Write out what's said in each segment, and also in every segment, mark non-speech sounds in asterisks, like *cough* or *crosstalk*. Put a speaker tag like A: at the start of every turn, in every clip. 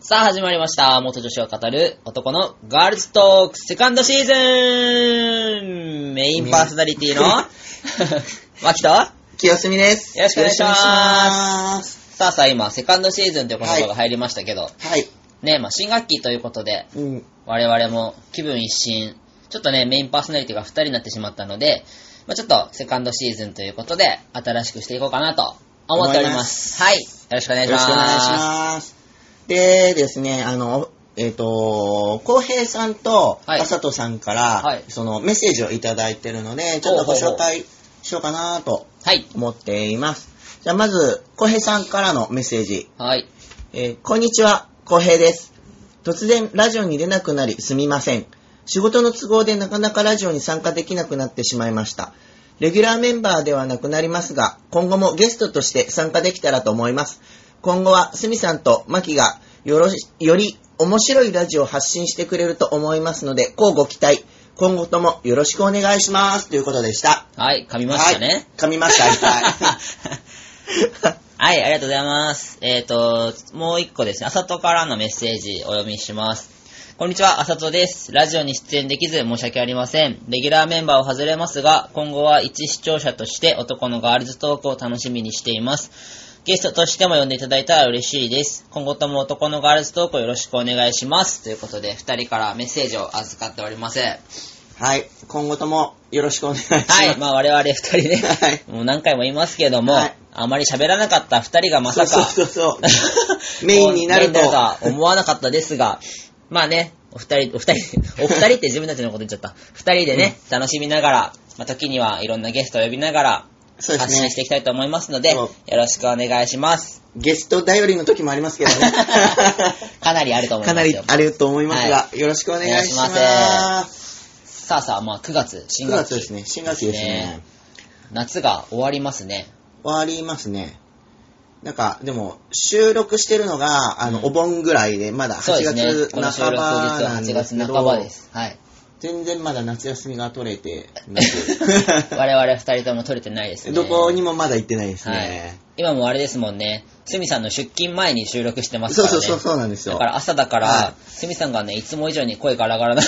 A: さあ始まりました。元女子を語る男のガールズトークセカンドシーズンメインパーソナリティの、マキと、よ
B: 清澄です。
A: ろしくお願いし
B: よろ
A: ま。
B: しくお願いします
A: さあさあ今、セカンドシーズンという言葉が入りましたけど、
B: す。はい。
A: ね、まあ新学期ということで、
B: うん。
A: 我々も気分一新、ちょっとね、メインパーソナリティが2人になってしまったので、まあちょっとセカンドシーズンということで、新しくしていこうかなと思っております。はい。よろしくお願い
B: よ
A: します。
B: ろしくお願いします。でですね、あの、えっ、と、浩平さんと、
A: はい
B: あさとさんから、
A: はい
B: そのメッセージをいただいてるので、ちょっとご紹介しようかなと
A: はい。
B: 思っています。じゃあ、まず、浩平さんからのメッセージ。
A: はい。
B: えーこんにちは、浩平です。突然ラジオに出なくなりすみません。仕事の都合でなかなかラジオに参加できなくなってしまいました。レギュラーメンバーではなくなりますが、今後もゲストとして参加できたらと思います。今後はすみさんとまきがよろし、より面白いラジオを発信してくれると思いますので、こうご期待。今後ともよろしくお願いします。ということでした。
A: はい、噛みました
B: はい
A: ね。。
B: 噛みました。
A: *laughs*
B: はい
A: はい、ありがとうございます。えっ、と、もう一個ですね、あさとからのメッセージお読みします。こんにちは、あさとです。ラジオに出演できず申し訳ありません。レギュラーメンバーを外れますが、今後は一視聴者として男のガールズトークを楽しみにしています。ゲストとしても呼んでいただいたら嬉しいです。今後とも男のガールズトークをよろしくお願いします。ということで、二人からメッセージを預かっております。は
B: はい。今後ともよろしくお願いします。
A: い、まあ我々二人ね、 *laughs*
B: はい
A: もう何回も言いますけども、
B: はい
A: あまり喋らなかった二人がまさか、
B: そうそうそうそう。 *laughs* メインになると
A: メインには思わなかったですが、まあね、お二人、お二
B: *laughs*
A: 人、お二人って自分たちのこと言っちゃった。二人でね、楽しみながら、まあ、時にはいろんなゲストを呼びながら、
B: そうで
A: 発
B: す
A: 信
B: ね
A: し。ていきたいと思いますので、
B: そ
A: よろしくお願いします。
B: ゲスト頼りの時もありますけど
A: *laughs*
B: ね。
A: かなりあると思い
B: か
A: ま
B: な
A: す
B: り
A: よ。
B: あると思いますが、よろしくお願いし
A: お願
B: ます。
A: さあさあ、まあ9月、新
B: 9
A: 学期
B: 月ですね。新学期ですね。
A: 夏が終わりますね。
B: 終わりますね。なんか、でも、収録してるのが、あの、お盆ぐらいで、まだ
A: そう
B: 8
A: ですね。
B: 月
A: この収
B: 半
A: 録日
B: ば
A: は
B: な
A: 8
B: んです
A: 月半
B: けど、
A: ばです。はい。
B: 全然まだ夏休みが取れてな
A: *laughs* 我々二人とも取れてないです
B: く、
A: ね。
B: どこにもまだ行ってないです
A: はい
B: ね。。
A: 今もあれですもんね。すみさんの出勤前に収録してますか
B: そう
A: らね。
B: そうそう、そうなんですよ
A: だか。ら朝だか
B: は
A: ら、すみさんがね、いつも以上に声ガラガ
B: *laughs*
A: ラな。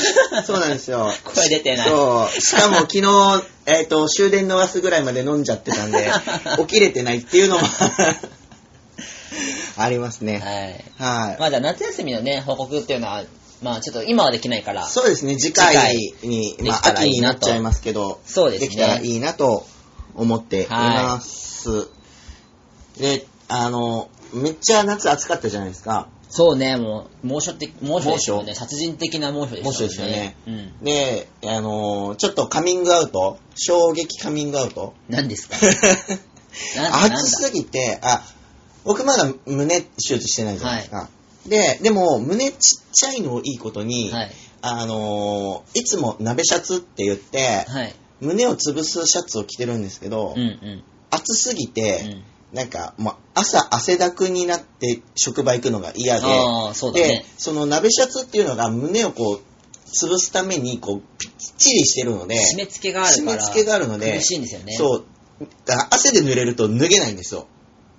B: そうなんですよ。
A: 声出てない。
B: そう。しかも昨日、えっ、と、終電逃すぐらいまで飲んじゃってた
A: *laughs*
B: んで、起きれてないっていうのも、ありますね。
A: はい。
B: はい。
A: まあじゃあ夏休みのね、報告っていうのは、まあちょっと今はできないから、
B: そうですね、次回に、
A: 次回で
B: ま
A: き
B: あ、
A: たらい
B: 秋
A: い
B: に
A: な
B: な
A: と
B: っちゃいますけど、
A: そうですね
B: できたらいいなと思っています。で、あの、めっちゃ夏暑かったじゃないですか。
A: そうね、もう、猛暑的、猛暑ですよね。
B: 猛
A: 殺人的な猛暑ですよね。
B: 猛暑ですよ
A: ね。
B: で、あの、ちょっとカミングアウト、衝撃カミングア
A: *laughs*
B: ウト。
A: うん。何ですかなんだなんだ
B: 暑すぎて、あ、僕まだ胸手術してないじゃないですか。で、でも、胸ちっちゃいのをいいことに、
A: はい。
B: あのーいつも鍋シャツって言って、
A: はい。
B: 胸を潰すシャツを着てるんですけど、
A: うんうん。
B: 暑すぎ
A: う
B: て、
A: ん、
B: なんか、まあ、朝汗だくになって職場行くのが嫌で、
A: ああ、そうだ
B: で
A: ね。、
B: その鍋シャツっていうのが胸をこう、潰すために、こう、ぴっちりしてるので、
A: 締め付けがあるから。
B: 締め付けがあるので
A: 苦しいんですよね。
B: そう、だから汗で濡れると脱げないんですよ。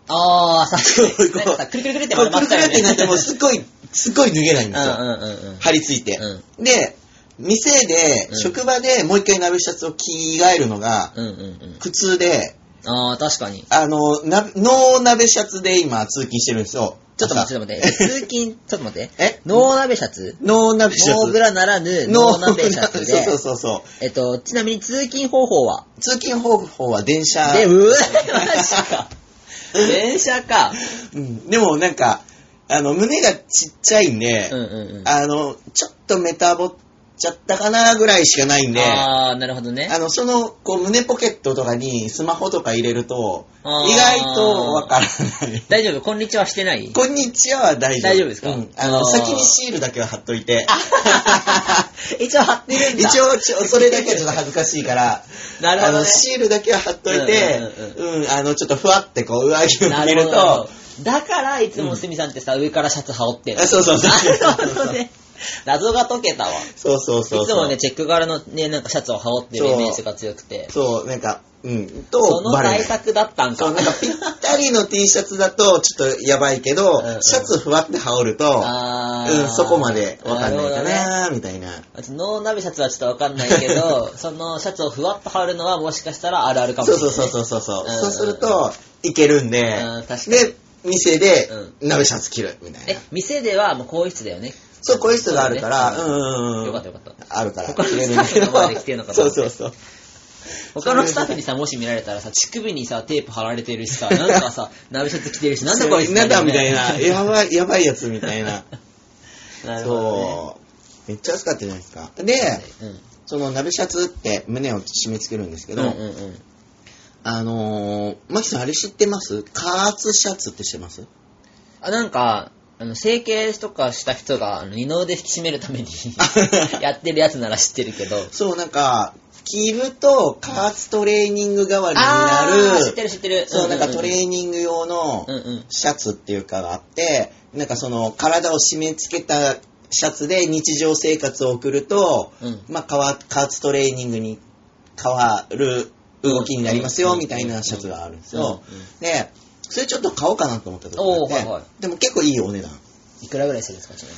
A: ああ、さ、
B: そう
A: なんかさ、くるくるくるって
B: こ
A: 回
B: うくる
A: っ
B: く
A: た
B: る
A: よ
B: っ
A: ね
B: てなってもうすっごい、すっごい脱げないんですよ。
A: うんうんうんうん。
B: 張り付いて。
A: う
B: で、店で
A: う、ん
B: 職場でもう一回鍋シャツを着替えるのが
A: んうんうん
B: 苦痛で、
A: うん。ああ、確かに。
B: あの、な、ノー鍋シャツで今通勤してるんですよ。
A: ちょっと待って、ち
B: 朝
A: ょっと待って。通
B: *laughs*
A: 勤、ちょっと待って。
B: え
A: ノー鍋シャツ
B: ノー鍋シャツ。
A: ノーブラならぬ、ノー鍋シャツで
B: *laughs* そ。うそうそうそ
A: えっと、ちなみに通勤方法は
B: う。通勤方法は電車。
A: で、
B: *laughs*
A: うーマジか。電車か。
B: うん、でもなんか、あの、胸がちっちゃいんで、
A: うんうんうん。
B: あの、ちょっとメタボっちゃったかなぐらいしかないんで、あ
A: あー、なるほどね。
B: の、その、こう、胸ポケットとかにスマホとか入れると、
A: あー
B: 意外とわから
A: *laughs*
B: ない。
A: 大丈夫こんにちはしてない
B: こんにちはは大丈夫。
A: 大丈夫ですか
B: うん、あの
A: あー
B: 先にシールだけは貼っといて、
A: 一応貼ってるんだ。
B: 一応、ちょそれだけはちょっと恥ずかしいから、
A: *laughs* なるほ
B: あ
A: ど
B: の
A: ね。
B: シールだけは貼っといて、
A: う
B: うんあの、ちょっとふわってこう、上着を
A: な
B: 着て
A: る
B: る
A: ほど
B: と、。
A: だから、いつもすみさんってさ、上からシャツ羽織ってる。
B: あそうそうそう
A: なるほどね。謎が解けたわ。
B: そうそうそうそう。
A: いつもね、チェック柄のね、なんかシャツを羽織ってるイメージが強くて。
B: そう、なんか、うん、
A: そ
B: と、
A: の
B: バレ
A: 対
B: ない。
A: 策だったんか。
B: そう、なんかぴったりの T シャツだと、ちょっとやばいけ
A: う
B: ど
A: んう、ん
B: シャツふわって羽織ると、
A: あー
B: うん、そこまでわかんない
A: るほ
B: か
A: どね
B: なーみたいな。
A: 私ノーナビシャツはちょっとわかんないけ
B: *laughs*
A: ど、そのシャツをふわっと羽織るのはもしかしたらあるあるかもし
B: そ
A: れ
B: う
A: ない。
B: そうそうそうそう。
A: うん
B: うそうすると、いけるんで、
A: うん確かに
B: で、店で
A: うん、
B: 鍋シャツ着る、みたい
A: え
B: な。、
A: 店ではもう更衣室だよね。
B: そう、こういう人があるから、
A: そううだよね
B: んうんうん。
A: よかったよかった。
B: あるから
A: 他の
B: 着れるん
A: スタッフの前で着てんのかと
B: そ
A: 思っ
B: う
A: て
B: そうそう。
A: 他のスタッフにさ、もし見られたらさ、乳首にさ、テープ貼られてるしさ、なんか
B: *laughs*
A: さ、ナビシャツ着てるし、なんだこれ
B: なんだみたいな。
A: な
B: や
A: *laughs*
B: ばい、やばいやつみたいな。
A: るほどね。
B: そう。めっちゃ暑かったじゃないですか。で、
A: うん。うん
B: その鍋シャツって胸を締め付けるんですけど、
A: うんうん。
B: あのー、マキさんあれ知ってます加圧シャツって知ってます
A: あ、なんか、あの、整形とかした人が、あの二の腕引き締めるため
B: *laughs*
A: に、やってるやつなら知ってるけど。
B: そう、なんか、着ると加圧トレーニング代わりに
A: あー知っ
B: な
A: て
B: る、
A: る知ってる。
B: そう、なんかト
A: ー
B: レーニング用の
A: うんうん。
B: シャツっていうかがあって、なんかその体を締め付けたシャツで日常生活を送ると、
A: うん
B: まあ、加わ加圧トレーニングに変わる動きになりますよ、
A: うん
B: みたいなシャツがあるんです
A: うんうん
B: よ。で、それちょっと買おうかなと思った時があって、
A: おーはいはい
B: でも結構いいお値段。
A: いくらぐらいするんですか、ちなみに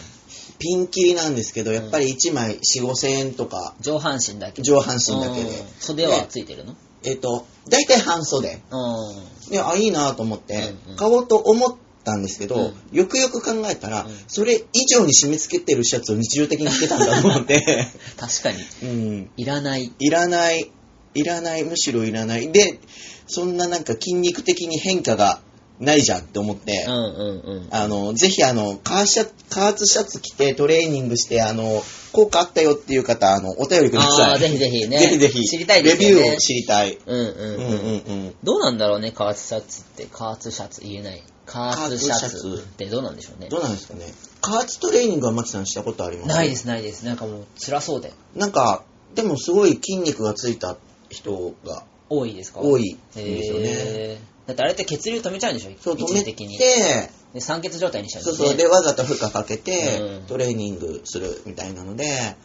B: ピンキリなんですけど、やっぱり1枚4、5千円とか、
A: 上半身だけ。
B: 上半身だけで
A: うん。袖はついてるの
B: えっ、と、大体半袖。
A: うん。
B: で、あ、いいなと思って
A: うんうん、
B: 買おうと思ったんですけど、
A: うん
B: よくよく考えたら、
A: うん
B: それ以上に締め付けてるシャツを日常的に着てたんだと
A: *laughs*
B: 思って、
A: 確かに。
B: うん、
A: いらない。
B: いらない、いらない、むしろいらない。で、そんななんか筋肉的に変化がないじゃんって思って、
A: うんうんうん。
B: あの、ぜひあの、加圧シャツ、加圧シャツ着てトレーニングして、あの、効果あったよっていう方、あの、お便りください。
A: あーぜひぜひね
B: ぜひぜひ。
A: 知りたいですよね
B: レビューを知りたい。
A: うん
B: う
A: うんん
B: う
A: うんん。
B: うん。
A: どうなんだろうね、加圧シャツって。加圧シャツ言えない。加圧シャツってどうなんでしょうね
B: ど。うなんですかね。加圧トレーニングはマキさんしたことあります
A: ないですないです。なんかもう辛そうで。
B: なんか、でもすごい筋肉がついた人が
A: 多いですか
B: 多いんですよね。
A: へーだってあれって血流止めちゃうんでしょ
B: そう、
A: 一
B: 止
A: 時
B: め
A: 的に。
B: て、
A: で酸欠状態にしちゃうん
B: そう
A: ね
B: そう、で、わざと負荷かけ
A: う
B: て
A: ん、
B: トレーニングするみたいなので、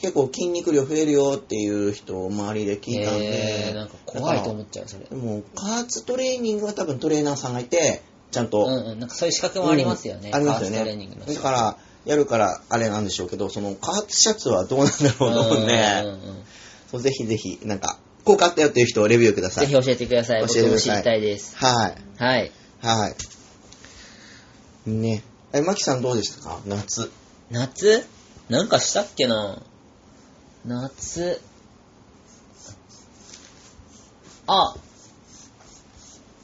B: 結構筋肉量増えるよっていう人を周りで聞いたん
A: へ
B: で
A: ー、なんか怖いと思っちゃう、それ
B: で。も、加圧トレーニングは多分トレーナーさんがいて、ちゃんと。
A: うんうん。なんかそういう資格もありますよね。
B: うんありますよ
A: 加圧トレーニ
B: ね
A: ング。の
B: だから、やるからあれなんでしょうけど、その加圧シャツはどうなんだろうと思うん
A: うんう
B: で、
A: んうん
B: そうぜひぜひ、なんか、効果あったよっていう人をレビューくださ
A: ぜ
B: い。
A: ひ教えてください。
B: 教え
A: 僕
B: てく
A: も
B: だ
A: 知
B: さい
A: りたいです。
B: はい。
A: はい。
B: はい。ね。え、マキさんどうでしたか夏。
A: 夏なんかしたっけな夏。あ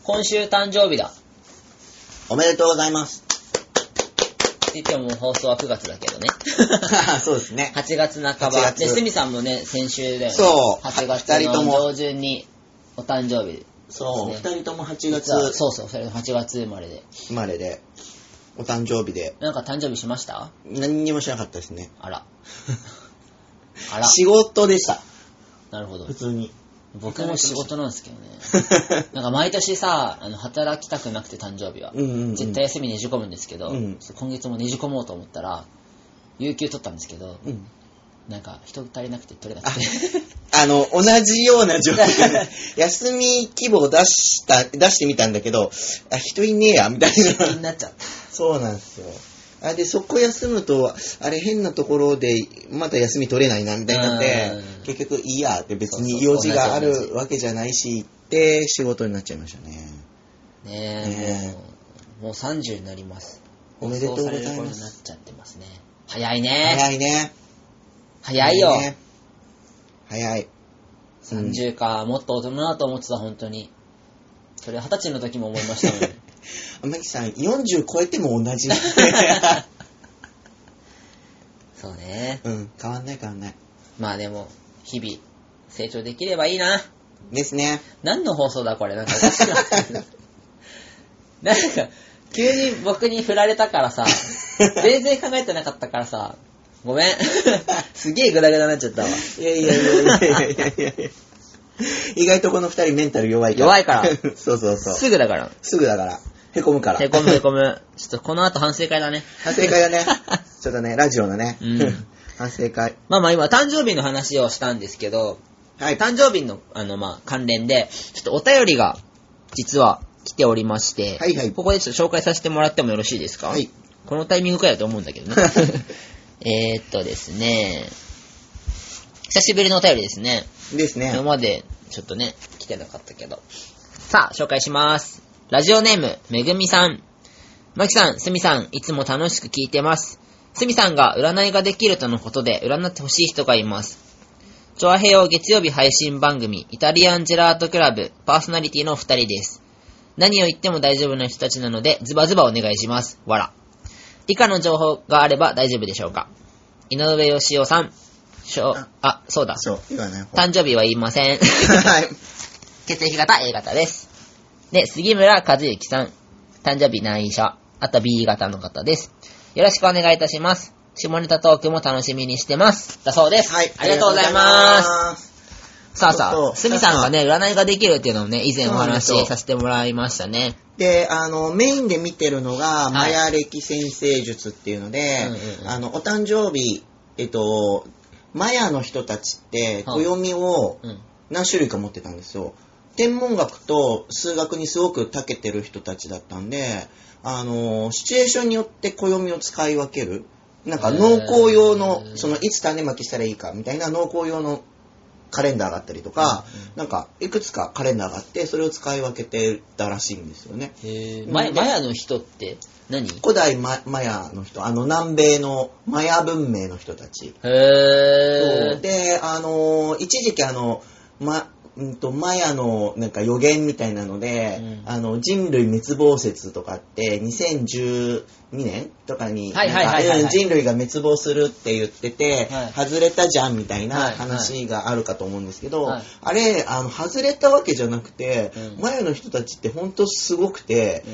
A: 今週誕生日だ。
B: おめでとうございます。
A: って言ってももう放送は9月だけどね。
B: *laughs* そうですね。
A: 8月半
B: 8
A: ば。
B: 月
A: で、すみさんもね、先週だよね。
B: そう
A: 8月
B: 二人と
A: の
B: も
A: 上旬にお誕生日。
B: そう、
A: ね
B: 二人とも8月
A: 実はそうそう、それ8月生まれで。
B: 生まれで、お誕生日で、
A: なんか誕生日しました
B: 何にもしなかったですね。
A: あら。あら。
B: 仕事で *laughs* した。
A: なるほど
B: 普。
A: *laughs*
B: 通に。
A: 僕も仕事なんですけどね。なんか毎年さ、あの働きたくなくて誕生日は。
B: うんうん、うん。
A: 絶対休みねじ込むんですけど、
B: うん
A: ちょっと今月もねじ込もうと思ったら、有給取ったんですけど、
B: うん。
A: なんか人足りなくて取れな
B: あ
A: くて。
B: あの、同じような状
A: *laughs*
B: 況で、休み規模を出した、出してみたんだけど、あ、人いねえや、みたい
A: 気に
B: な。
A: なっちゃった。
B: そうなんですよ。あで、そこ休むと、あれ変なところで、また休み取れないな、みたいになって
A: うん、
B: 結局いいやって別に
A: そう
B: 用
A: そう
B: 事があ
A: 同じ同じ
B: るわけじゃないし、って仕事になっちゃいましたね。
A: ねえ、
B: ね
A: もう、もう30になります。
B: おめでとうございます
A: 放送される頃になっちゃってますね。早いね。
B: 早いね。
A: 早いよ。
B: ね早い。うん
A: 30か、もっと大人だと思ってた、本当に。それ二十歳の時も思いましたもん。
B: 天木さん、40超えても同じ。
A: *laughs* そうね。
B: うん、変わんない変わんない。
A: まあでも、日々、成長できればいいな。
B: ですね。
A: 何の放送だこれなんかおかしななんか、急に僕に振られたからさ、全然考えてなかったからさ、ごめん。すげえグダグダになっちゃったわ。
B: いやいやいやいやいやいやいやいや意外とこの二人メンタル弱いから。
A: 弱いから
B: *laughs* そうそうそう。
A: すぐだから。
B: すぐだから。へこむから。
A: へこむへこむ。ちょっとこの後反省会だ *laughs* ね。
B: 反省会だね。ちょっとね、ラジオのね。
A: うん
B: 反省会。
A: まあまあ今、誕生日の話をしたんですけど、
B: はい。
A: 誕生日の、あの、まあ、関連で、ちょっとお便りが、実は来ておりまして、
B: はいはい
A: ここでちょっと紹介させてもらってもよろしいですか
B: はい。
A: このタイミングくらいだと思うんだけどね。えーっとですね、久しぶりのお便りですね。
B: *laughs* ですね。
A: 今まで、ちょっとね、来てなかったけど。さあ、紹介します。ラジオネーム、めぐみさん。まきさん、すみさん、いつも楽しく聞いてます。すみさんが占いができるとのことで、占ってほしい人がいます。チョアヘヨ月曜日配信番組、イタリアンジェラートクラブ、パーソナリティのお二人です。何を言っても大丈夫な人たちなので、ズバズバお願いします。わら。以下の情報があれば大丈夫でしょうか。井上義雄さん、しょ
B: あ
A: あ、そうだ。
B: そう、言わない方。は
A: 誕生日は言いま
B: *laughs*
A: せん。
B: い。
A: 血液型 A 型です。で、杉村和之さん。誕生日内緒。あと B 型の方です。よろしくお願いいたします。下ネタトークも楽しみにしてます。だそうです。
B: はい。
A: ありがとうございます。
B: す。
A: さあ
B: そう
A: さ
B: そう
A: あ、すみさんがね、占いができるっていうのをね、以前お
B: そうなんですよ
A: 話しさせてもらいましたね。
B: で、あの、メインで見てるのが、
A: い
B: マヤ暦先生術っていうので
A: うんうんう、ん
B: あの、お誕生日、えっと、マヤの人たちって、
A: はい
B: 暦を
A: うん。
B: 何種類か持ってたんですよ。天文学と数学にすごく長けてる人たちだったんで、あの、シチュエーションによって暦を使い分ける。なんか農耕用の
A: へ、ー
B: そのいつ種まきしたらいいかみたいな農耕用のカレンダーがあったりとか、なんかいくつかカレンダーがあって、それを使い分けてたらしいんですよね。
A: マ
B: うん
A: マヤの人って何、
B: 古代ママヤの人、あの南米のマヤ文明の人たち。
A: へ
B: そう
A: ー。
B: で、あのー一時期あの、ま、うんと、マヤのなんか予言みたいなので、
A: うん
B: あの、人類滅亡説とかって、2012年とかに、
A: はいはいはいはいはい
B: なんかうん人類が滅亡するって言ってて、
A: はい
B: 外れたじゃんみたい
A: はい
B: な
A: はい
B: 話があるかと思うんですけど、
A: はい
B: あれ、あの、外れたわけじゃなくて、
A: うん
B: マヤの人たちって本当すごくて、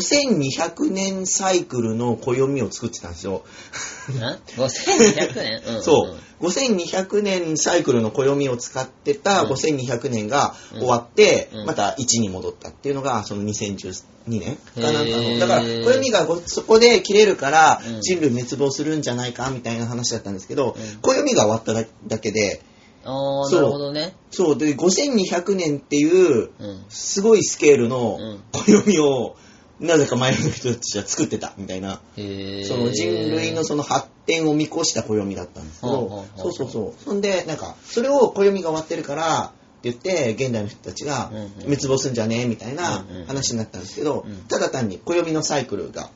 B: 5200年サイクルの暦を作ってたんですよ。 *laughs*
A: うん。な ?5200 年、うん、
B: そう。5200年サイクルの暦を使ってた
A: うん
B: 5200年が終わって
A: う、ん
B: また1に戻ったっていうのが、その2012年かなんか
A: へ
B: の。
A: ー
B: だから、暦がごそこで切れるから
A: う、ん
B: 人類滅亡するんじゃないかみたいな話だったんですけど
A: うん、
B: 暦が終わっただだけで、
A: あー、
B: そう
A: なるほどね。
B: そう、で、5200年っていう、
A: うん。
B: すごいスケール
A: う
B: の
A: ん
B: 暦を、なぜか前の人たちは作ってた、みたいな。
A: へー。
B: その人類のその発展を見越した暦だったんですけ
A: ほうほ
B: ど
A: う、ほ
B: そう
A: う
B: そうそう。そんで、なんか、それを暦が終わってるから、って言って、現代の人たちが
A: うんうん
B: 滅亡すんじゃねえみたいな
A: うんうん
B: 話になったんですけど
A: うん、
B: ただ単に暦のサイクルが、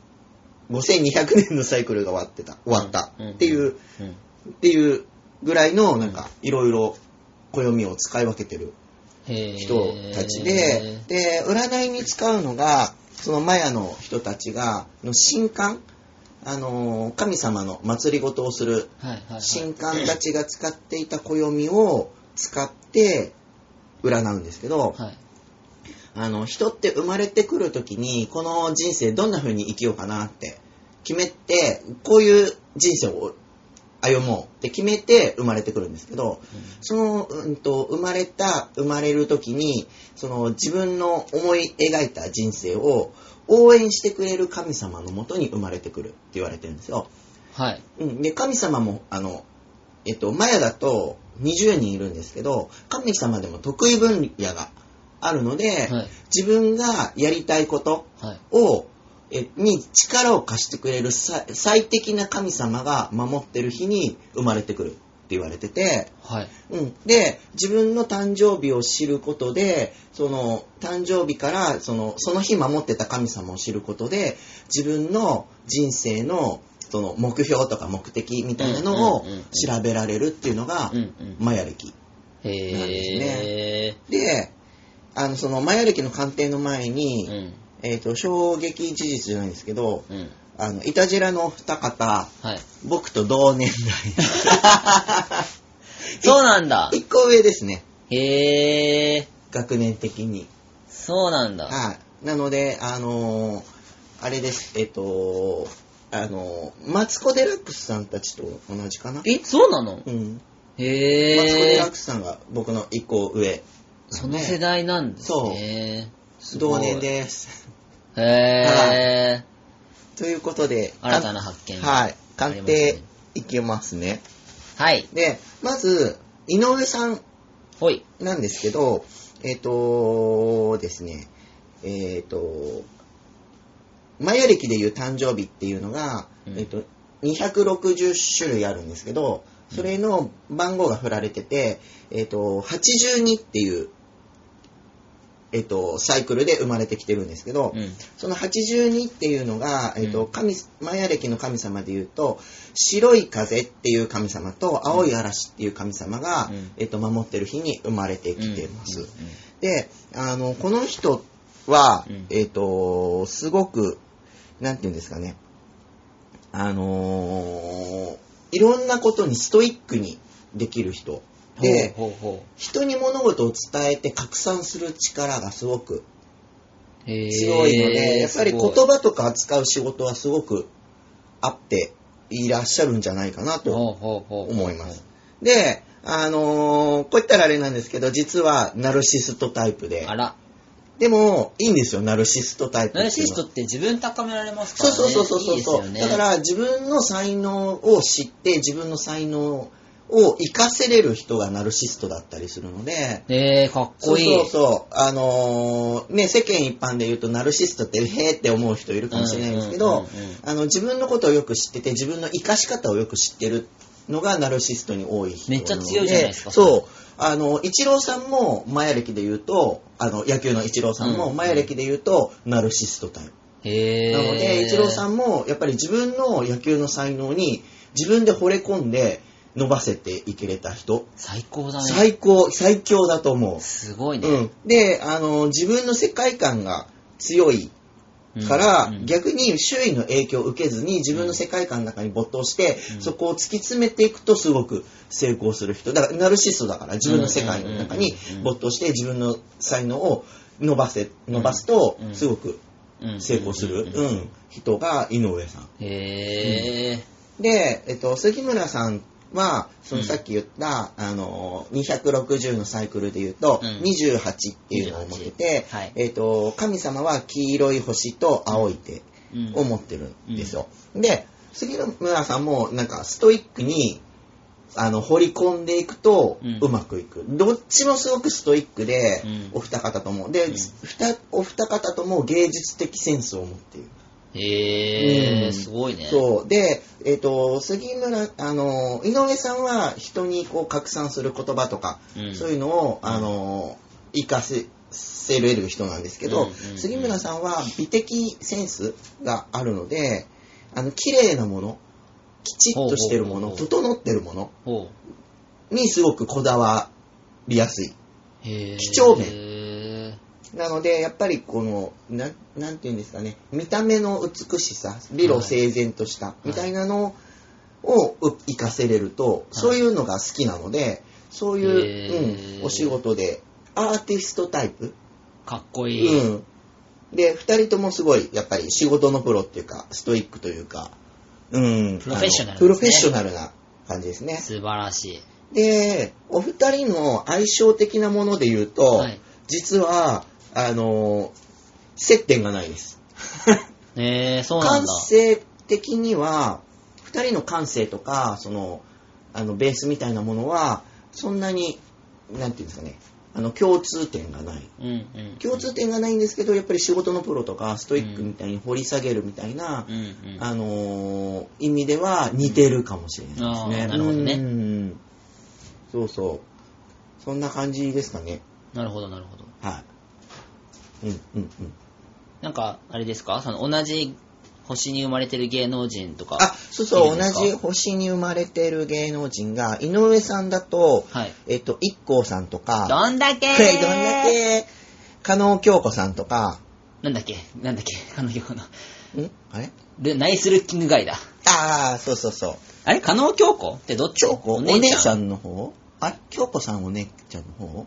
B: 5200年のサイクルが終わってた、終わった
A: うんうん
B: っていう、
A: うん
B: っていうぐらいの、なんか、いろいろ暦を使い分けてる人
A: 人
B: たちで、で、占いに使うのが、そのマヤの人たちが、の神官、あのー、神様の祭り事をする
A: はいはいはい、
B: 神官たちが使っていた暦を使って占うんですけど、
A: はい、
B: あの、人って生まれてくるときに、この人生どんな風に生きようかなって決めて、こういう人生を歩もうって決めて生まれてくるんですけど、その、うんと、生まれた、生まれる時に、その自分の思い描いた人生を応援してくれる神様のもとに生まれてくるって言われてるんですよ。
A: はい。
B: うん。で、神様も、あの、えっと、マヤだと20人いるんですけど、神様でも得意分野があるので、
A: はい。
B: 自分がやりたいこと
A: はい。
B: を、えに力を貸してくれる最最適な神様が守ってる日に生まれてくるって言われてて、
A: はい。
B: うん、で自分の誕生日を知ることでその誕生日からそのその日守ってた神様を知ることで自分の人生のその目標とか目的みたいなのを
A: うんうんうんうん
B: 調べられるっていうのが
A: うんうん。
B: マヤ歴
A: へえ。
B: であのそのマヤ歴の鑑定の前に、
A: うん。
B: えー、と衝撃事実じゃないんですけど
A: うん。
B: あのイタジラのお二方
A: はい。
B: 僕と同年
A: そうなんだ
B: 代。一個上ですね
A: へえ。
B: 学年的に。
A: そうなんだ。
B: はい。なので、あのーあれです、えっと、あのーマツコ・デラックスさんたちと同じかな。
A: え、そうなの
B: うん。マツコ・
A: へ
B: デラッ
A: え
B: ク。スさんが僕の一個上。
A: その世代なんですね。すご
B: 同
A: い
B: 年。です。
A: へえ。
B: ということで、
A: 新たな発見。。
B: はいい。鑑定いきますね。
A: はい。
B: で、まず、井上さん
A: ほい。
B: なんですけど、えっ、とですね、えっ、と、マヤ歴でいう誕生日っていうのが、
A: うん
B: えっ、と、260種類あるんですけど、それの番号が振られてて、えっ、と、82っていう、えっ、と、サイクルで生まれてきてるんですけど、
A: うん。
B: その82っていうのが、えっ、
A: う
B: と、
A: ん
B: 神、マヤ暦の神様で言うと、白い風っていう神様と、青い嵐っていう神様が、
A: うん
B: えっ、と、守ってる日に生まれてきてます。
A: うんうん
B: で、あの、この人は、
A: うん
B: えっ、と、すごく、なんていうんですかね、あのーいろんなことにストイックにできる人。で、
A: ほうほうほ
B: 人に物事を伝えて拡散する力がすごく
A: う。へー
B: 強いので、やっぱり言。
A: す
B: 葉とか扱う仕事はすごくあっていらっしゃるんじゃないかな
A: ごい
B: と
A: ほうほうほうほう。
B: 思います。。で、あのーこう言ったらあれなんですけど、実はナルシストタイプで
A: あ、ら。
B: でも、いいんですよ、ナルシストタイプって
A: ナ
B: いうのは。
A: ルシストって自分高められますか
B: そ
A: ら
B: う
A: ね。
B: そうそうそ
A: い
B: う
A: いです
B: そう
A: よね。
B: だか、ら自分の才能を知って、自分の才能を活かせれる人がナルシストだったりするので、
A: えー、かっこいい。
B: そうそうそう。あのーね、世間一般で言うとナルシストって、へーって思う人いるかもしれないんですけ
A: うん
B: ど
A: うんうんうん、
B: あの、自分のことをよく知ってて、自分の活かし方をよく知ってるのがナルシストに多い人なので。
A: めっちゃ強いじゃないですか
B: そう。あの、イチローさんも、マヤ歴で言うと、あの、野球のイチローさん
A: う
B: も、
A: ん
B: マヤ歴で言うと、ナルシストタイプ。
A: へー。
B: なので、イチローさ
A: ん。
B: んも、やっぱり自分の野球の才能に、自分で惚れ込んで、伸ばせていけれた人。
A: 最高だね。
B: 最高、最強だと思う。
A: すごいね。
B: うん、であの自分の世界観が強い
A: うん
B: から、
A: うん
B: 逆に周囲の影響を受けずに自分の世界観の中に没頭して、
A: うん
B: そこを突き詰めていくとすごく成功する人だからナルシストだから自分の世界の中
A: うんう
B: に
A: んうんうん
B: 没頭して自分の才能を伸ばせ伸ばすと
A: うん
B: すごく成功する、
A: うん
B: う
A: うんうん
B: ん、人が井上さん。
A: へー。
B: で、えっと、杉村さんは、その
A: うん
B: さっき言った、あの、260のサイクルで言うと、
A: うん
B: 28っていうのを持ってて、
A: 28はい
B: えっと、神様は黄色い星と青い手を持ってるんですよ。で、杉村さんも、なんか、ストイックに、あの、掘り込んでいくと
A: うん、
B: うまくいく。どっちもすごくストイックで、
A: うん
B: お二方とも。で、
A: うん
B: ふたお二方とも芸術的センスを持っている。
A: へ
B: う
A: ー、
B: ん
A: すごいね。
B: そう。で、えっ、と、杉村、あの、井上さんは人にこう拡散する言葉とか、
A: うん
B: そういうのを、あの、活かせ、せれる人なんですけ
A: うん
B: ど、
A: うんうん
B: 杉村さんは美的センスがあるので、あの、綺麗なもの、きちっとしてるもの、
A: ほうほう
B: 整ってるもの
A: ほ
B: にすごくこだわりやすい。
A: う。へー。
B: 几帳面
A: へ
B: なので、やっぱりこの、なん、なんていうんですかね、見た目の美しさ、美路整然とした、
A: い
B: みたいなのをう活かせれると、そういうのが好きなので、そうい
A: へ
B: う、
A: ー
B: うん、お仕事で、アーティストタイプ、
A: ー。かっこいい。
B: うん。で、二人ともすごい、やっぱり仕事のプロっていうか、ストイックというか、うん。
A: プロフェッショナル
B: あのプロフェッショナルな感じですね。
A: 素晴らし
B: で、お二人の相性的なもので言うと、
A: はい
B: 実は、あの、接点がないです。
A: い。へー、そうなん
B: 感
A: だ。
B: 性的には、二人の感性とか、その、あの、ベースみたいなものは、そんなに、なんていうんですかね、あの、共通点がない。
A: うんうん。
B: 共通点がないんですけど、やっぱり仕事のプロとか、ストイックみたいに掘り下げるみたいな、
A: うんうん。
B: あのー意味では似てるかもしれないですね。
A: うんあーなるほどね
B: うんそうそう。そんな感じですかね。
A: なるほど、なるほど。
B: はい。うんうんうん。
A: なんか、あれですかその同じ星に生まれてる芸能人とか。
B: あ、そうそ、
A: いうい
B: 同
A: ですか
B: じ星に生まれてる芸能人が、井上さんだと、
A: はい。
B: えっと、一光さんとか、
A: どんだけー
B: *laughs* はいどんだけ、加納京子さんとか、
A: なんだっけなんだっけ *laughs* 彼女かな。
B: んあれ
A: で、ナイスルッキングガイだ。
B: ああ、そうそうそう。
A: あれ加納京子ってどっち
B: 京子、お姉ちゃんの方あ、京子さんお姉ちゃんの方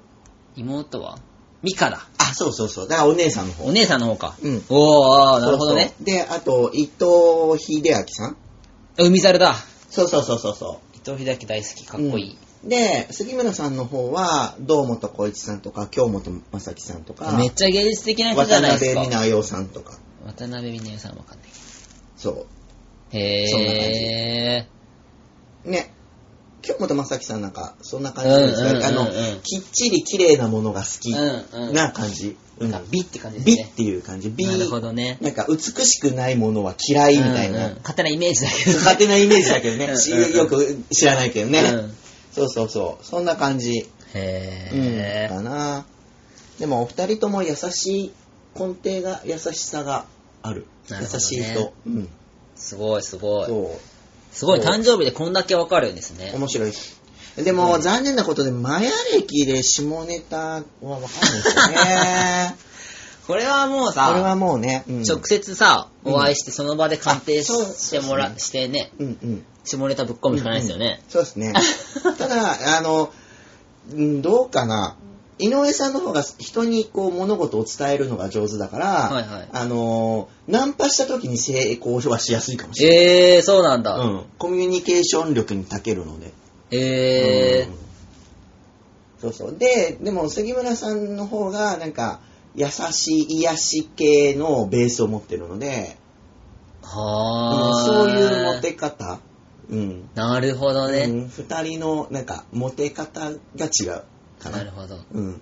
A: 妹はミカだ。
B: あ、そうそうそう。だからお姉さんの方
A: お。姉さんの方か。
B: うん
A: おー、なるほどね。
B: そうそうで、あと、伊藤秀明さん
A: 海猿だ。
B: そうそうそうそうそ
A: 伊藤秀明大好き、
B: う。
A: かっこいい。
B: うんで、杉村さんの方は、堂本光一さんとか、京本正樹さんとか、
A: めっちゃ芸術的な人じ
B: 渡
A: ゃないで
B: 辺
A: す
B: 美
A: か。
B: 奈代さんとか、
A: 渡辺美奈代さんわかんない。
B: そ
A: へ
B: そんな
A: ー。
B: う。ね。京京子と正樹さんなんか、そんな感じなんです
A: う
B: か、
A: んうんうんうん
B: あの、きっちり綺麗なものが好き
A: うんうん
B: な感じ。うん
A: なんか美って感じです
B: 美
A: ね
B: っていう感じ。美。
A: なるほどね。
B: なんか、美しくないものは嫌いみたいな。
A: うんうん勝手なイメージだけど。
B: 勝手なイメージだけど
A: うんうん
B: ね。
A: うん
B: しよく知らないけどね。
A: うん
B: そうそうそう。そんな感じ。
A: へ
B: う
A: ー。
B: ん。かな。でも、お二人とも優しい、根底が優しさがある。
A: なるほどね
B: 優しい人。うん。
A: すごいすごい。
B: そう。
A: すごい、
B: そう
A: 誕生日でこんだけわかるんですね。
B: 面白いです。でも、残念なことで、マヤ歴で下ネタはわかんないです
A: *laughs*
B: よね。
A: これはもう
B: これは
A: さ、
B: もうね、うん、
A: 直接さ、
B: うん
A: お会いしてその場で鑑定し
B: あそうそう
A: してもら、
B: そう
A: してね、
B: うんうん。
A: 下ネタぶっ込むしかないですよね。
B: そうですね。ただ、あの、うんどうかな。井上さんの方が人にこう物事を伝えるのが上手だから、
A: はいはい
B: あの、ナンパした時に成功はしやすいかもしれない。
A: えー、そうなんだ。
B: うん、コミュニケーション力に長けるので。
A: え
B: うんそうそう。で、でも杉村さんの方が、なんか、優しい癒し系のベースを持ってるので、
A: ー、
B: うん
A: はー。
B: そういうモテ方、うん。
A: なるほど
B: う
A: ね。
B: ん二人の、なんか、モテ方が違うかな。
A: なるほど。
B: うん。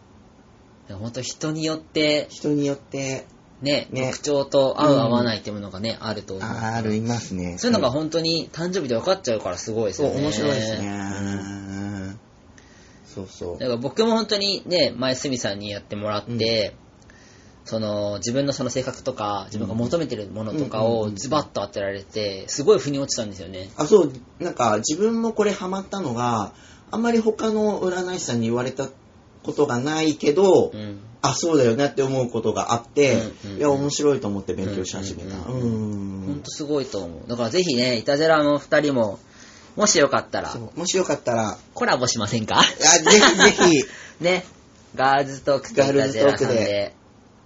A: でもほんと人によって、
B: 人によって、
A: ね、
B: ね
A: 特徴と合う合わないっていうものがね、あると思う。
B: あありますね。
A: そういうのが本当に誕生日で分かっちゃうからすごいです
B: そ
A: よ
B: う、
A: ね。
B: 面白いですね。
A: うん
B: うんそうそう
A: だ。から僕も本当にね、前、すみさんにやってもらって、その、自分のその性格とか、自分が求めてるものとか
B: うんうんうん
A: を
B: うん
A: ズバッと当てられて、すごい腑に落ちたんですよね。
B: あ、そう、なんか自分もこれハマったのが、あんまり他の占い師さんに言われたことがないけど、
A: うん。
B: あ、そうだよねって思うことがあっ
A: う
B: て、
A: んうんうん
B: いや、面白いと思って勉強し始めた。
A: う
B: うんん
A: うん
B: ん
A: ほんとすごいと思う。だからぜひね、イタジェラの二人も、もしよかったら
B: そ、うもしよかったら、あ
A: コラボしません
B: *laughs*
A: か
B: ぜひ
A: *laughs*
B: ぜひ、
A: ね。ガールズトークとイタジェラさんで。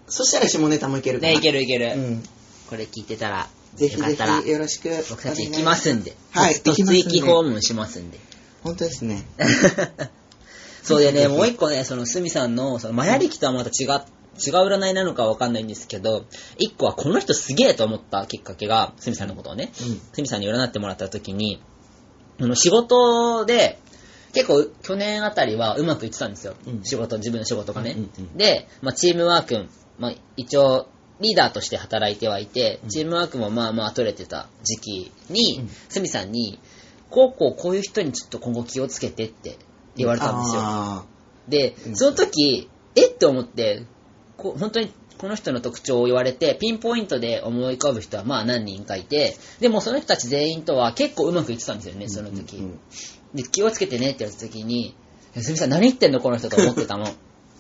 B: そしたら下ネタもいけるかな。
A: ね、いけるいける。
B: うん。
A: これ聞いてたら、
B: ぜひ
A: よかっ
B: ぜ
A: たら
B: ひ、よろしく。
A: 僕たち行きますんで。
B: はい
A: 突
B: 行きますんで
A: 撃訪問しますんで。
B: 本当ですね。
A: *laughs* そうで
B: ぜ
A: ね、
B: ひ
A: もう一個ね、そのすみさんの、そのマヤ歴とはまた違う、違う占いなのかわかんないんですけど、一個はこの人すげえと思ったきっかけが、すみさんのことをね、
B: うん。
A: すみさんに占ってもらった時に、あの仕事で、結構去年あたりはうまくいってたんですよ。
B: うん
A: 仕事、自分の仕事がね。
B: うんうんうん
A: で、まあ、チームワーク、まあ、一応、リーダーとして働いてはいて、
B: うん
A: チームワークもまあまあ取れてた時期
B: う
A: に
B: ん、
A: すみ、さんに、こうこうこういう人にちょっと今後気をつけてって言われたんですよ。
B: あ
A: で
B: う、ん
A: その時、えって思って、こ本当にこの人の特徴を言われて、ピンポイントで思い浮かぶ人はまあ何人かいて、でもその人たち全員とは結構うまくいってたんですよね、
B: ー
A: その時。
B: うんうん
A: で、気をつけてねって言われた時に、いやすみさん何言ってんのこの人と思ってた
B: *laughs*
A: の。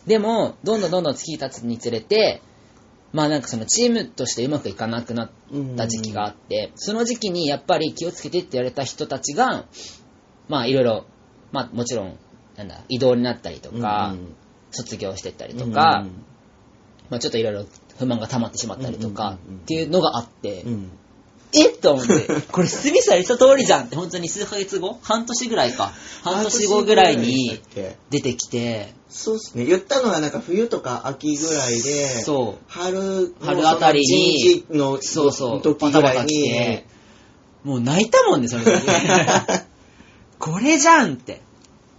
A: でも、どんどんどんどん月経つにつれて、まあなんかそのチームとしてうまくいかなくなった時期があって、その時期にやっぱり気をつけてって言われた人たちが、まあいろいろ、まあもちろん、なんだ、移動になったりとか、
B: うんうん
A: 卒業してったりとか、
B: うん
A: まあちょっといろいろ不満が溜まってしまったりとか
B: うんうんうんう
A: っ
B: ん
A: ていうのがあって、
B: うんうん
A: えっと思
B: *laughs*
A: って、これスミスやりた通りじゃんって本当に数ヶ月後半年ぐらいか。半年後ぐらいに出てきて、
B: そうですね。言ったのはなんか冬とか秋ぐらいで、
A: そう
B: 春、
A: 春あたりに
B: その人事
A: そうそう
B: の時ぐらいに、
A: バタバタ来てもう泣いたもんね、その
B: *laughs*
A: 時。これじゃんって。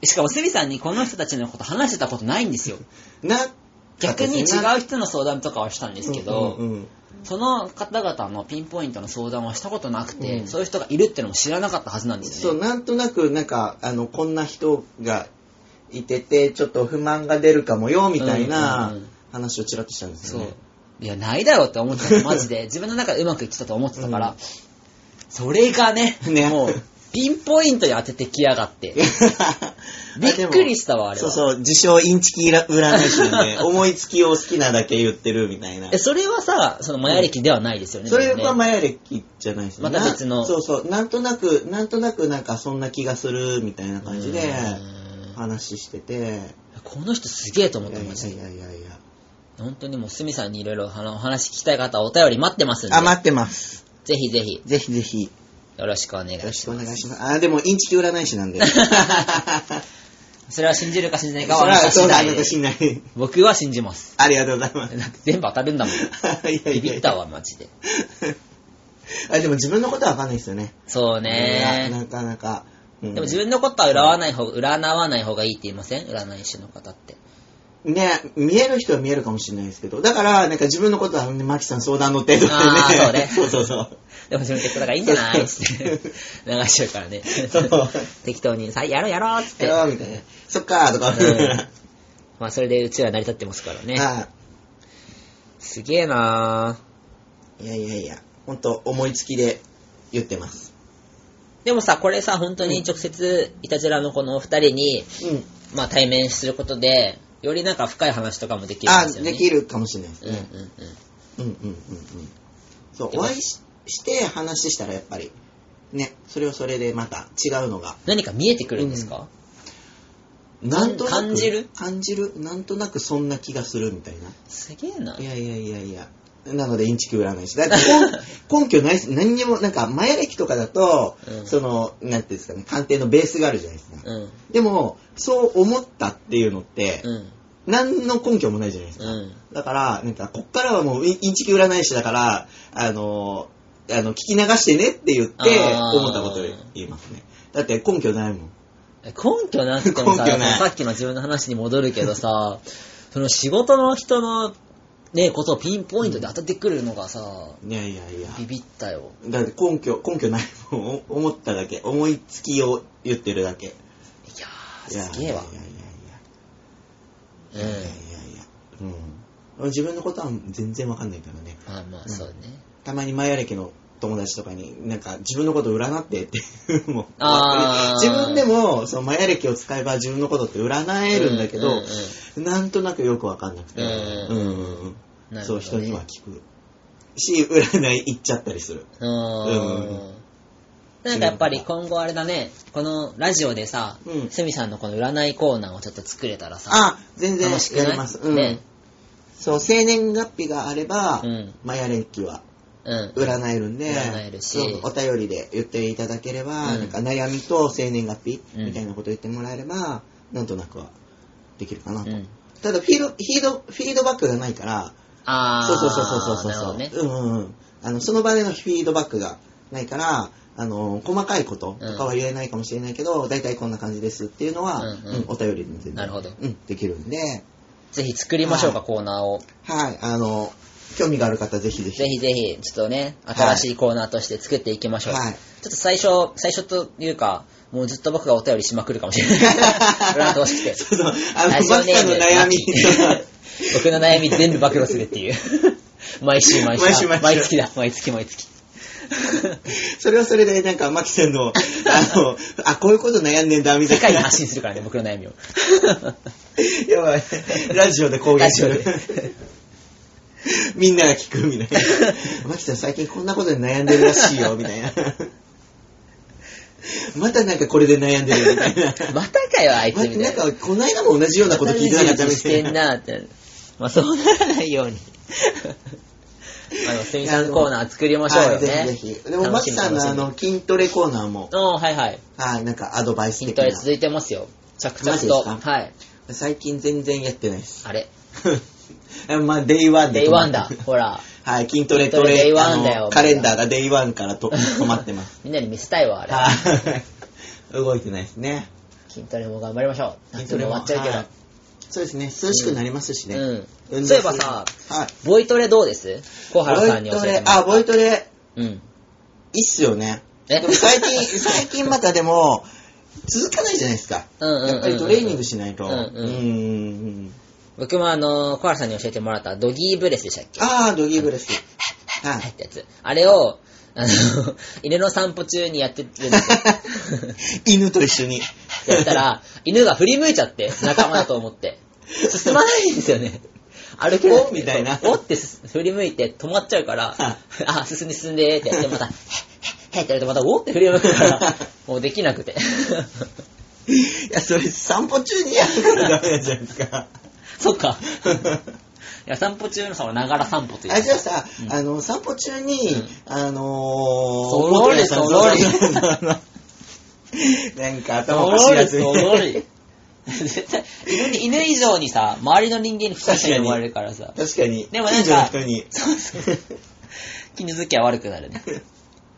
A: しかもスミさんにこの人たちのこと話してたことないんです
B: *laughs*
A: よ。
B: な、
A: *laughs* 逆に違
B: う
A: う人の相談とかはしたんですけど、
B: んうん
A: その方々のピンポイントの相談はしたことなくて、
B: うん
A: そういう人がいるってのも知らなかったはずなんです
B: そ
A: よ
B: う、
A: ね。
B: なんとなく、なんか、あの、こんな人がいてて、ちょっと不満が出るかもよ、みたい
A: うん
B: な
A: うんうん
B: 話をちらっとしたんです
A: そ
B: よ
A: う
B: *laughs*
A: い
B: ね。。
A: や、ないだろうって思
B: *laughs*
A: ってたの、マジで。自分の中でうまくいってたと思ってたから、
B: うん
A: それがね、
B: ね
A: もう、ピンポイントに当ててきやが
B: *laughs*
A: って。びっくりしたわあれは
B: そうそう、自称インチキ占い師なんで、思いつきを好きなだけ言ってるみたいな
A: え、。それはさ、そのマヤ歴ではないですよね。
B: それ
A: でも
B: は
A: ね
B: マヤ歴じゃないですね。
A: また別の
B: なそうそう、なんとなく、なんとなくなんかそんな気がするみたいな感じで
A: うーん
B: 話してて、
A: この人すげえと
B: い
A: 思っ
B: や
A: た、
B: い
A: マジで。
B: やいやいや。
A: 本当にもう、すみさんにいろいろお話聞きたい方、お便り待ってますんで
B: あ、、待ってます。
A: ぜひぜひ、
B: ぜひぜひ、よ
A: よろしくお願いし
B: ろ
A: ま
B: し
A: す
B: くお。願いします。あ、でもインチキ占い師
A: *laughs*
B: なんで。そ
A: それは信じるか信じない
B: れ
A: かはあな
B: は、
A: た
B: そ
A: 次
B: うだ、あ
A: 第
B: な
A: で
B: た信頼。
A: 僕は信じます。
B: ありがとうござ
A: *laughs*
B: いま
A: だって全部当たるんだもん。
B: す。 *laughs* いや
A: ビ
B: いや
A: ビ
B: い
A: った
B: や。
A: わ、マジで。
B: あ、でも自分のことはわかんないですよね。
A: そうね
B: なかなか。うん
A: でも自分のことは占わない方、占わない方がいいって言いません占い師の方って。
B: ね、見える人は見えるかもしれないですけど、だから、なんか自分のことは、ね、マキさん相談乗ってとかね。
A: あーそうね
B: *laughs* そうそ
A: *laughs*
B: うそう。
A: でも自分ってこれがいいんじゃないっつ
B: *laughs*
A: って流しちゃうからね
B: そう。 *laughs*
A: 適当に、さあ、やろうやろうっつって。
B: やろうみたいな。そっかーとか。
A: うん
B: *laughs*
A: まあそれでうちら成り立ってますからね。
B: あ
A: すげえなぁ。
B: ーいやいやいや、ほんと思いつきで言ってます。
A: でもさ、これさ、本当に直接、いたじらのこのお二人に、
B: うん。
A: まあ対面することで、よりなんか深い話とかもできるん
B: あ
A: ですよね。
B: できるかもしれないです
A: うんうん
B: ね。
A: うん。
B: うんうんうんうん。そう、
A: で
B: お
A: も
B: 会いしして話したらやっぱり、ね、それはそれでまた違うのが、
A: 何か見えてくるんですか、
B: なんとなく
A: 感じる
B: 感じる。なんとなくそんな気がするみたいな。。
A: すげえない
B: やいやいやいや。なので、インチキ占い師。だから
A: *laughs*
B: 根根拠ないです。何にも、なんか、前歴とかだと、
A: うん
B: その、なんていうんですかね、鑑定のベースがあるじゃないですか。
A: うん。
B: でも、そう思ったっていうのって、
A: うん。
B: 何の根拠もないじゃないですか。
A: うん。
B: だから、なんか、こっからはもう、インインチキ占い師だから、あの、あの、聞き流してねって言って、
A: あー
B: 思ったことを言いますね。だって、根拠ないもん。
A: 根拠なくてもさ、
B: *laughs* 根拠ない
A: さっきの自分の話に戻るけどさ、その仕事の人のね、ことをピンポイントで当たってくるのがさ、
B: いやいやいや。
A: ビビったよ。
B: だって、根拠、根拠ないもん。お思っただけ。思いつきを言ってるだけ。
A: いやー、すげえわ
B: い。やいやいや
A: う
B: いやいや
A: ん。
B: いやいやうん自分のことは全然わかんないからね
A: まあまあ、そうね。
B: たまにマヤ歴の友達とかになんか自分のことを占ってっていうのも
A: あー
B: 自分でもそのマヤ歴を使えば自分のことって占えるんだけど、
A: うんうん
B: なんとなくよくわかんなくて、
A: うん
B: うんうんうん
A: なるほ
B: そう
A: ど、ね。
B: 人には聞くし占い行っちゃったりする
A: う
B: うん
A: ん。なんかやっぱり今後あれだね、このラジオでさ
B: うん、
A: すみさんのこの占いコーナーをちょっと作れたらさ、
B: あ全然
A: 楽しくな
B: や
A: い
B: ります、うん
A: ね。
B: そう生年月日があれば、
A: うん
B: マヤ歴は
A: うん。
B: 占えるんで、
A: 占えるし
B: そうお便りで言っていただければ、
A: うん
B: なんか悩みと生年月日
A: うん
B: みたいなこと言ってもらえれば、なんとなくはできるかなと。
A: うん。
B: ただフィード、フィード、フィードバックがないから、
A: あー、
B: そうそうそうそうそう
A: なるほ
B: そ
A: ど
B: う、
A: ね。
B: うんうんうん。あの、その場でのフィードバックがないから、あの、細かいこととかは言えないかもしれないけど、大体こんな感じですっていうのは、
A: うんうん
B: うんお便りで全然
A: なるほど
B: うん、できるんで、
A: ぜひ作りましょうか、
B: は
A: コーナーを。
B: はい、あの、興味がある方ぜひぜひ。
A: ぜひぜひ、ちょっとね、新しいコーナーとして作っていきましょう。
B: はい *laughs*
A: ちょっと最初、最初というか、もうずっと僕がお便りしまくるかもし
B: *laughs*
A: れない。占ってほしくて。
B: そうそう、あの、
A: ラ
B: マ
A: ジオ
B: キ
A: ネ
B: さ
A: ー
B: ん
A: ム
B: の悩み。
A: 僕の悩み全部暴露する
B: *laughs*
A: っていう。毎週毎週。
B: 毎週毎週
A: 毎月だ。毎月毎月。
B: *laughs* それはそれで、なんか、マキさ
A: *laughs*
B: んの、あの、あ、こういうこと悩んでんだ、みた
A: 世
B: い
A: 界に *laughs*
B: な。
A: 発信するからね、僕の
B: *laughs*
A: 悩みを。
B: やばい。ラジオで攻撃する
A: ラジオ。
B: みんなが聞く、みたい
A: *laughs*
B: な。マキさん最近こんなことで悩んでるらしいよ、みたいな。 *laughs* またなんかこれで悩んでるよ、みたい
A: *laughs*
B: な。
A: またかよ、あいつ
B: ま
A: みたいな。
B: なんか、この間も同じようなこと聞いてなかったみた
A: して
B: い
A: ん
B: な。
A: なって。まあ、そうならないように。あの、セミさんコーナー作りましょうよね。
B: はいぜひぜひ。でも、マキさんのあの、筋トレコーナーも、
A: の、うん、はいはい。
B: はい、なんかアドバイス
A: 筋
B: 的
A: トレ
B: な。
A: 続いてますよ。着々
B: マジで
A: と。
B: すか
A: はい。
B: 最近全然やってないです。
A: あれ、
B: *laughs* まあ、デイワンで
A: デイワンだ。ほら、
B: はい、筋トレト
A: 筋トレ
B: レ、
A: デイワンだよ
B: あのカレンダーがデイワンからと止まっ
A: *laughs*
B: てます。
A: みんなに見せたいわ、あれ。
B: はい。 *laughs* 動いてないですね。
A: 筋トレも頑張りましょう。
B: 筋
A: 筋
B: ト
A: ト
B: レ
A: レ
B: も
A: も終わっちゃうけど。
B: はいそうですね、涼しくなりますしね。
A: う
B: 運
A: ん。
B: 動
A: そういえばさ、
B: するはい。
A: ボイトレどうです小原さんに教えてもらった
B: あ、ボイトレ、
A: うん。
B: いいっすよね。
A: え
B: でも最近、最近またでも、続かないじゃないですか。
A: *laughs* うんうんうんうん
B: やっぱりトレーニングしないと。
A: うんうん
B: ん
A: 僕もあの、小原さんに教えてもらったドギーブレスでしたっけ
B: あー、ドギーブレス。は
A: はい
B: い。
A: っ
B: *laughs*
A: てやつ。あれを、あの、 *laughs* 犬の散歩中にやってるんですよ。
B: 犬と一緒に。
A: やったら、犬が振り向いちゃって、仲間だと思って。進まないんですよね。歩けなく
B: お
A: て
B: みたいな
A: おってす振り向いて止まっちゃうから *laughs*
B: は、
A: あ、進んで進んでってやって、また、へっへっへっってやるとまた、おって振り向くから、もうできなくて。
B: *laughs* いや、それ散歩中にやるからダメなんじゃないです
A: *laughs*
B: か。
A: *laughs* そっか。いや、散歩中のその、ながら散歩というか
B: あ、じゃあさ、
A: うん
B: あの、散歩中に、
A: うん
B: あのー、
A: そろりそろり
B: *laughs* なんか頭
A: そろ
B: おかしいや
A: り
B: つみ
A: そ
B: たいな
A: ろり。 *laughs* 絶対、犬に犬以上にさ、周りの人間に不可思議に思われるからさ。
B: 確かに。
A: でもなんか
B: 近所の人に。
A: *laughs* そうそう。気に付きは悪くなるね。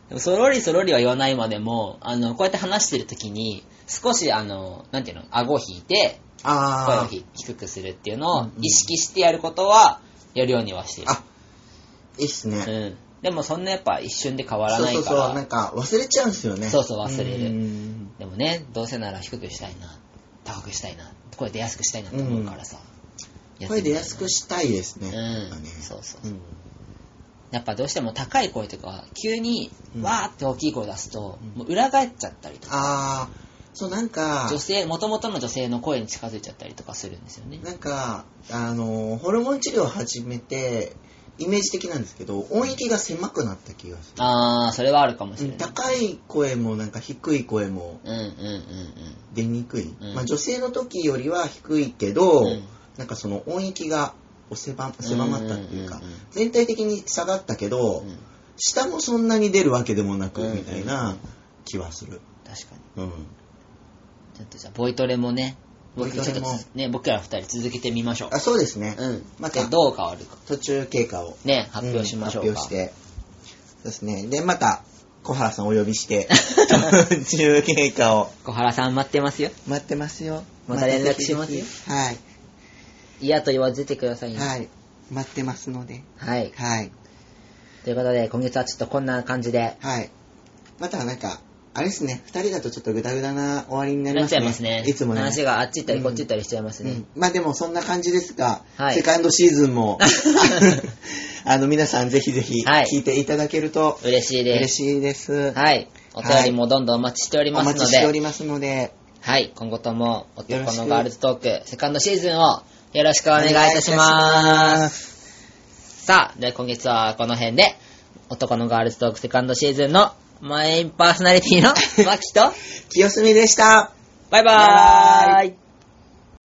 A: でもそろりそろりは言わないまでも、あの、こうやって話してるときに、少し、あの、なんていうの、顎を引いて、声を
B: あー
A: ひ低くするっていうの
B: う
A: を
B: んうん
A: 意識してやることは、やるようにはしてる。
B: あ、いいっすね。
A: うん。でもそんなやっぱ一瞬で変わら
B: そう
A: ない
B: そう
A: か
B: そう、な
A: ら
B: ん、か忘れちゃうんすよね。
A: そうそう忘れる
B: うん
A: でもね、どうせなら低くしたいな、高くしたいな、声で安くしたいなと思うからさ。
B: 声で安く
A: し
B: したいですね。
A: うん
B: やっぱね
A: そうそう
B: うん
A: やっぱどうしても高い声とか、急に
B: うん、
A: わーって大きい声出すと、
B: うん
A: もう裏返っちゃったりとか、
B: ああ、そうなんか、
A: 女性、元々の女性の声に近づいちゃったりとかするんですよね。
B: なんか、あの、ホルモン治療を始めて、イメージ的なんですけど、音域が狭くなった気がする。
A: あー、それはあるかもしれない。
B: 高い声もなんか低い声も
A: うんうんうん
B: 出にく
A: う
B: い。
A: ん
B: まあ女性の時よりは低いけど、
A: うん
B: なんかその音域がお狭狭まったっていう
A: う
B: か、
A: んうんうんうん
B: 全体的に下がったけど、
A: うん。うん
B: 下もそんなに出るわけでもなく、
A: うん
B: みたいな気はする。
A: 確かに。
B: うん。
A: ちょっとじゃあ、ボイトレもね、僕
B: ボイトレも
A: ちょっとね、僕ら二人続けてみましょう
B: あ、。そうですね。
A: うん。
B: ま
A: ま
B: た
A: たどう変わるか。
B: 途中経過を
A: ね、発表しましょうか。
B: ん発表して。そうですね。で、また、小原さんお呼び
A: *laughs*
B: して、途中経過を
A: 小原さん待ってますよ。
B: 待ってますよ。
A: また連絡しますよ
B: はい。
A: 嫌と言わず出てくださいね。
B: はい。待ってますので。
A: はい。
B: はい。
A: ということで、今月はちょっとこんな感じで、
B: はい。またなんか、あれですね、二人だとちょっとグダグダな終わりになり
A: な
B: ま
A: っ
B: す
A: ちゃ
B: ね。
A: いますね。
B: いつもね。
A: 話があっち行ったりこっち行ったりしちゃいます
B: う
A: ね
B: ん。まあでもそんな感じですが、
A: はい
B: セカンドシーズ
A: *laughs*
B: ンも、 *laughs* あの皆さんぜひぜひ
A: はい
B: 聞いていただけると
A: 嬉しいで
B: 嬉
A: す。
B: しいです。
A: はい。お便りもどんどんお待ちしており
B: お
A: ます
B: 待
A: の
B: ちしてお
A: で、
B: りますので、
A: はい。今後とも、
B: よろ
A: 男
B: しく
A: のガールズトーク、セカンドシーズンをよろしくお願いいたし
B: お願い
A: ま。
B: いたします
A: さあ、では今月はこの辺で、男のガールズトークセカンドシーズンのメインパーソナリティのマキと、
B: 清澄でした。
A: バイバ
B: *laughs* バイバ
A: ー
B: ー
A: イ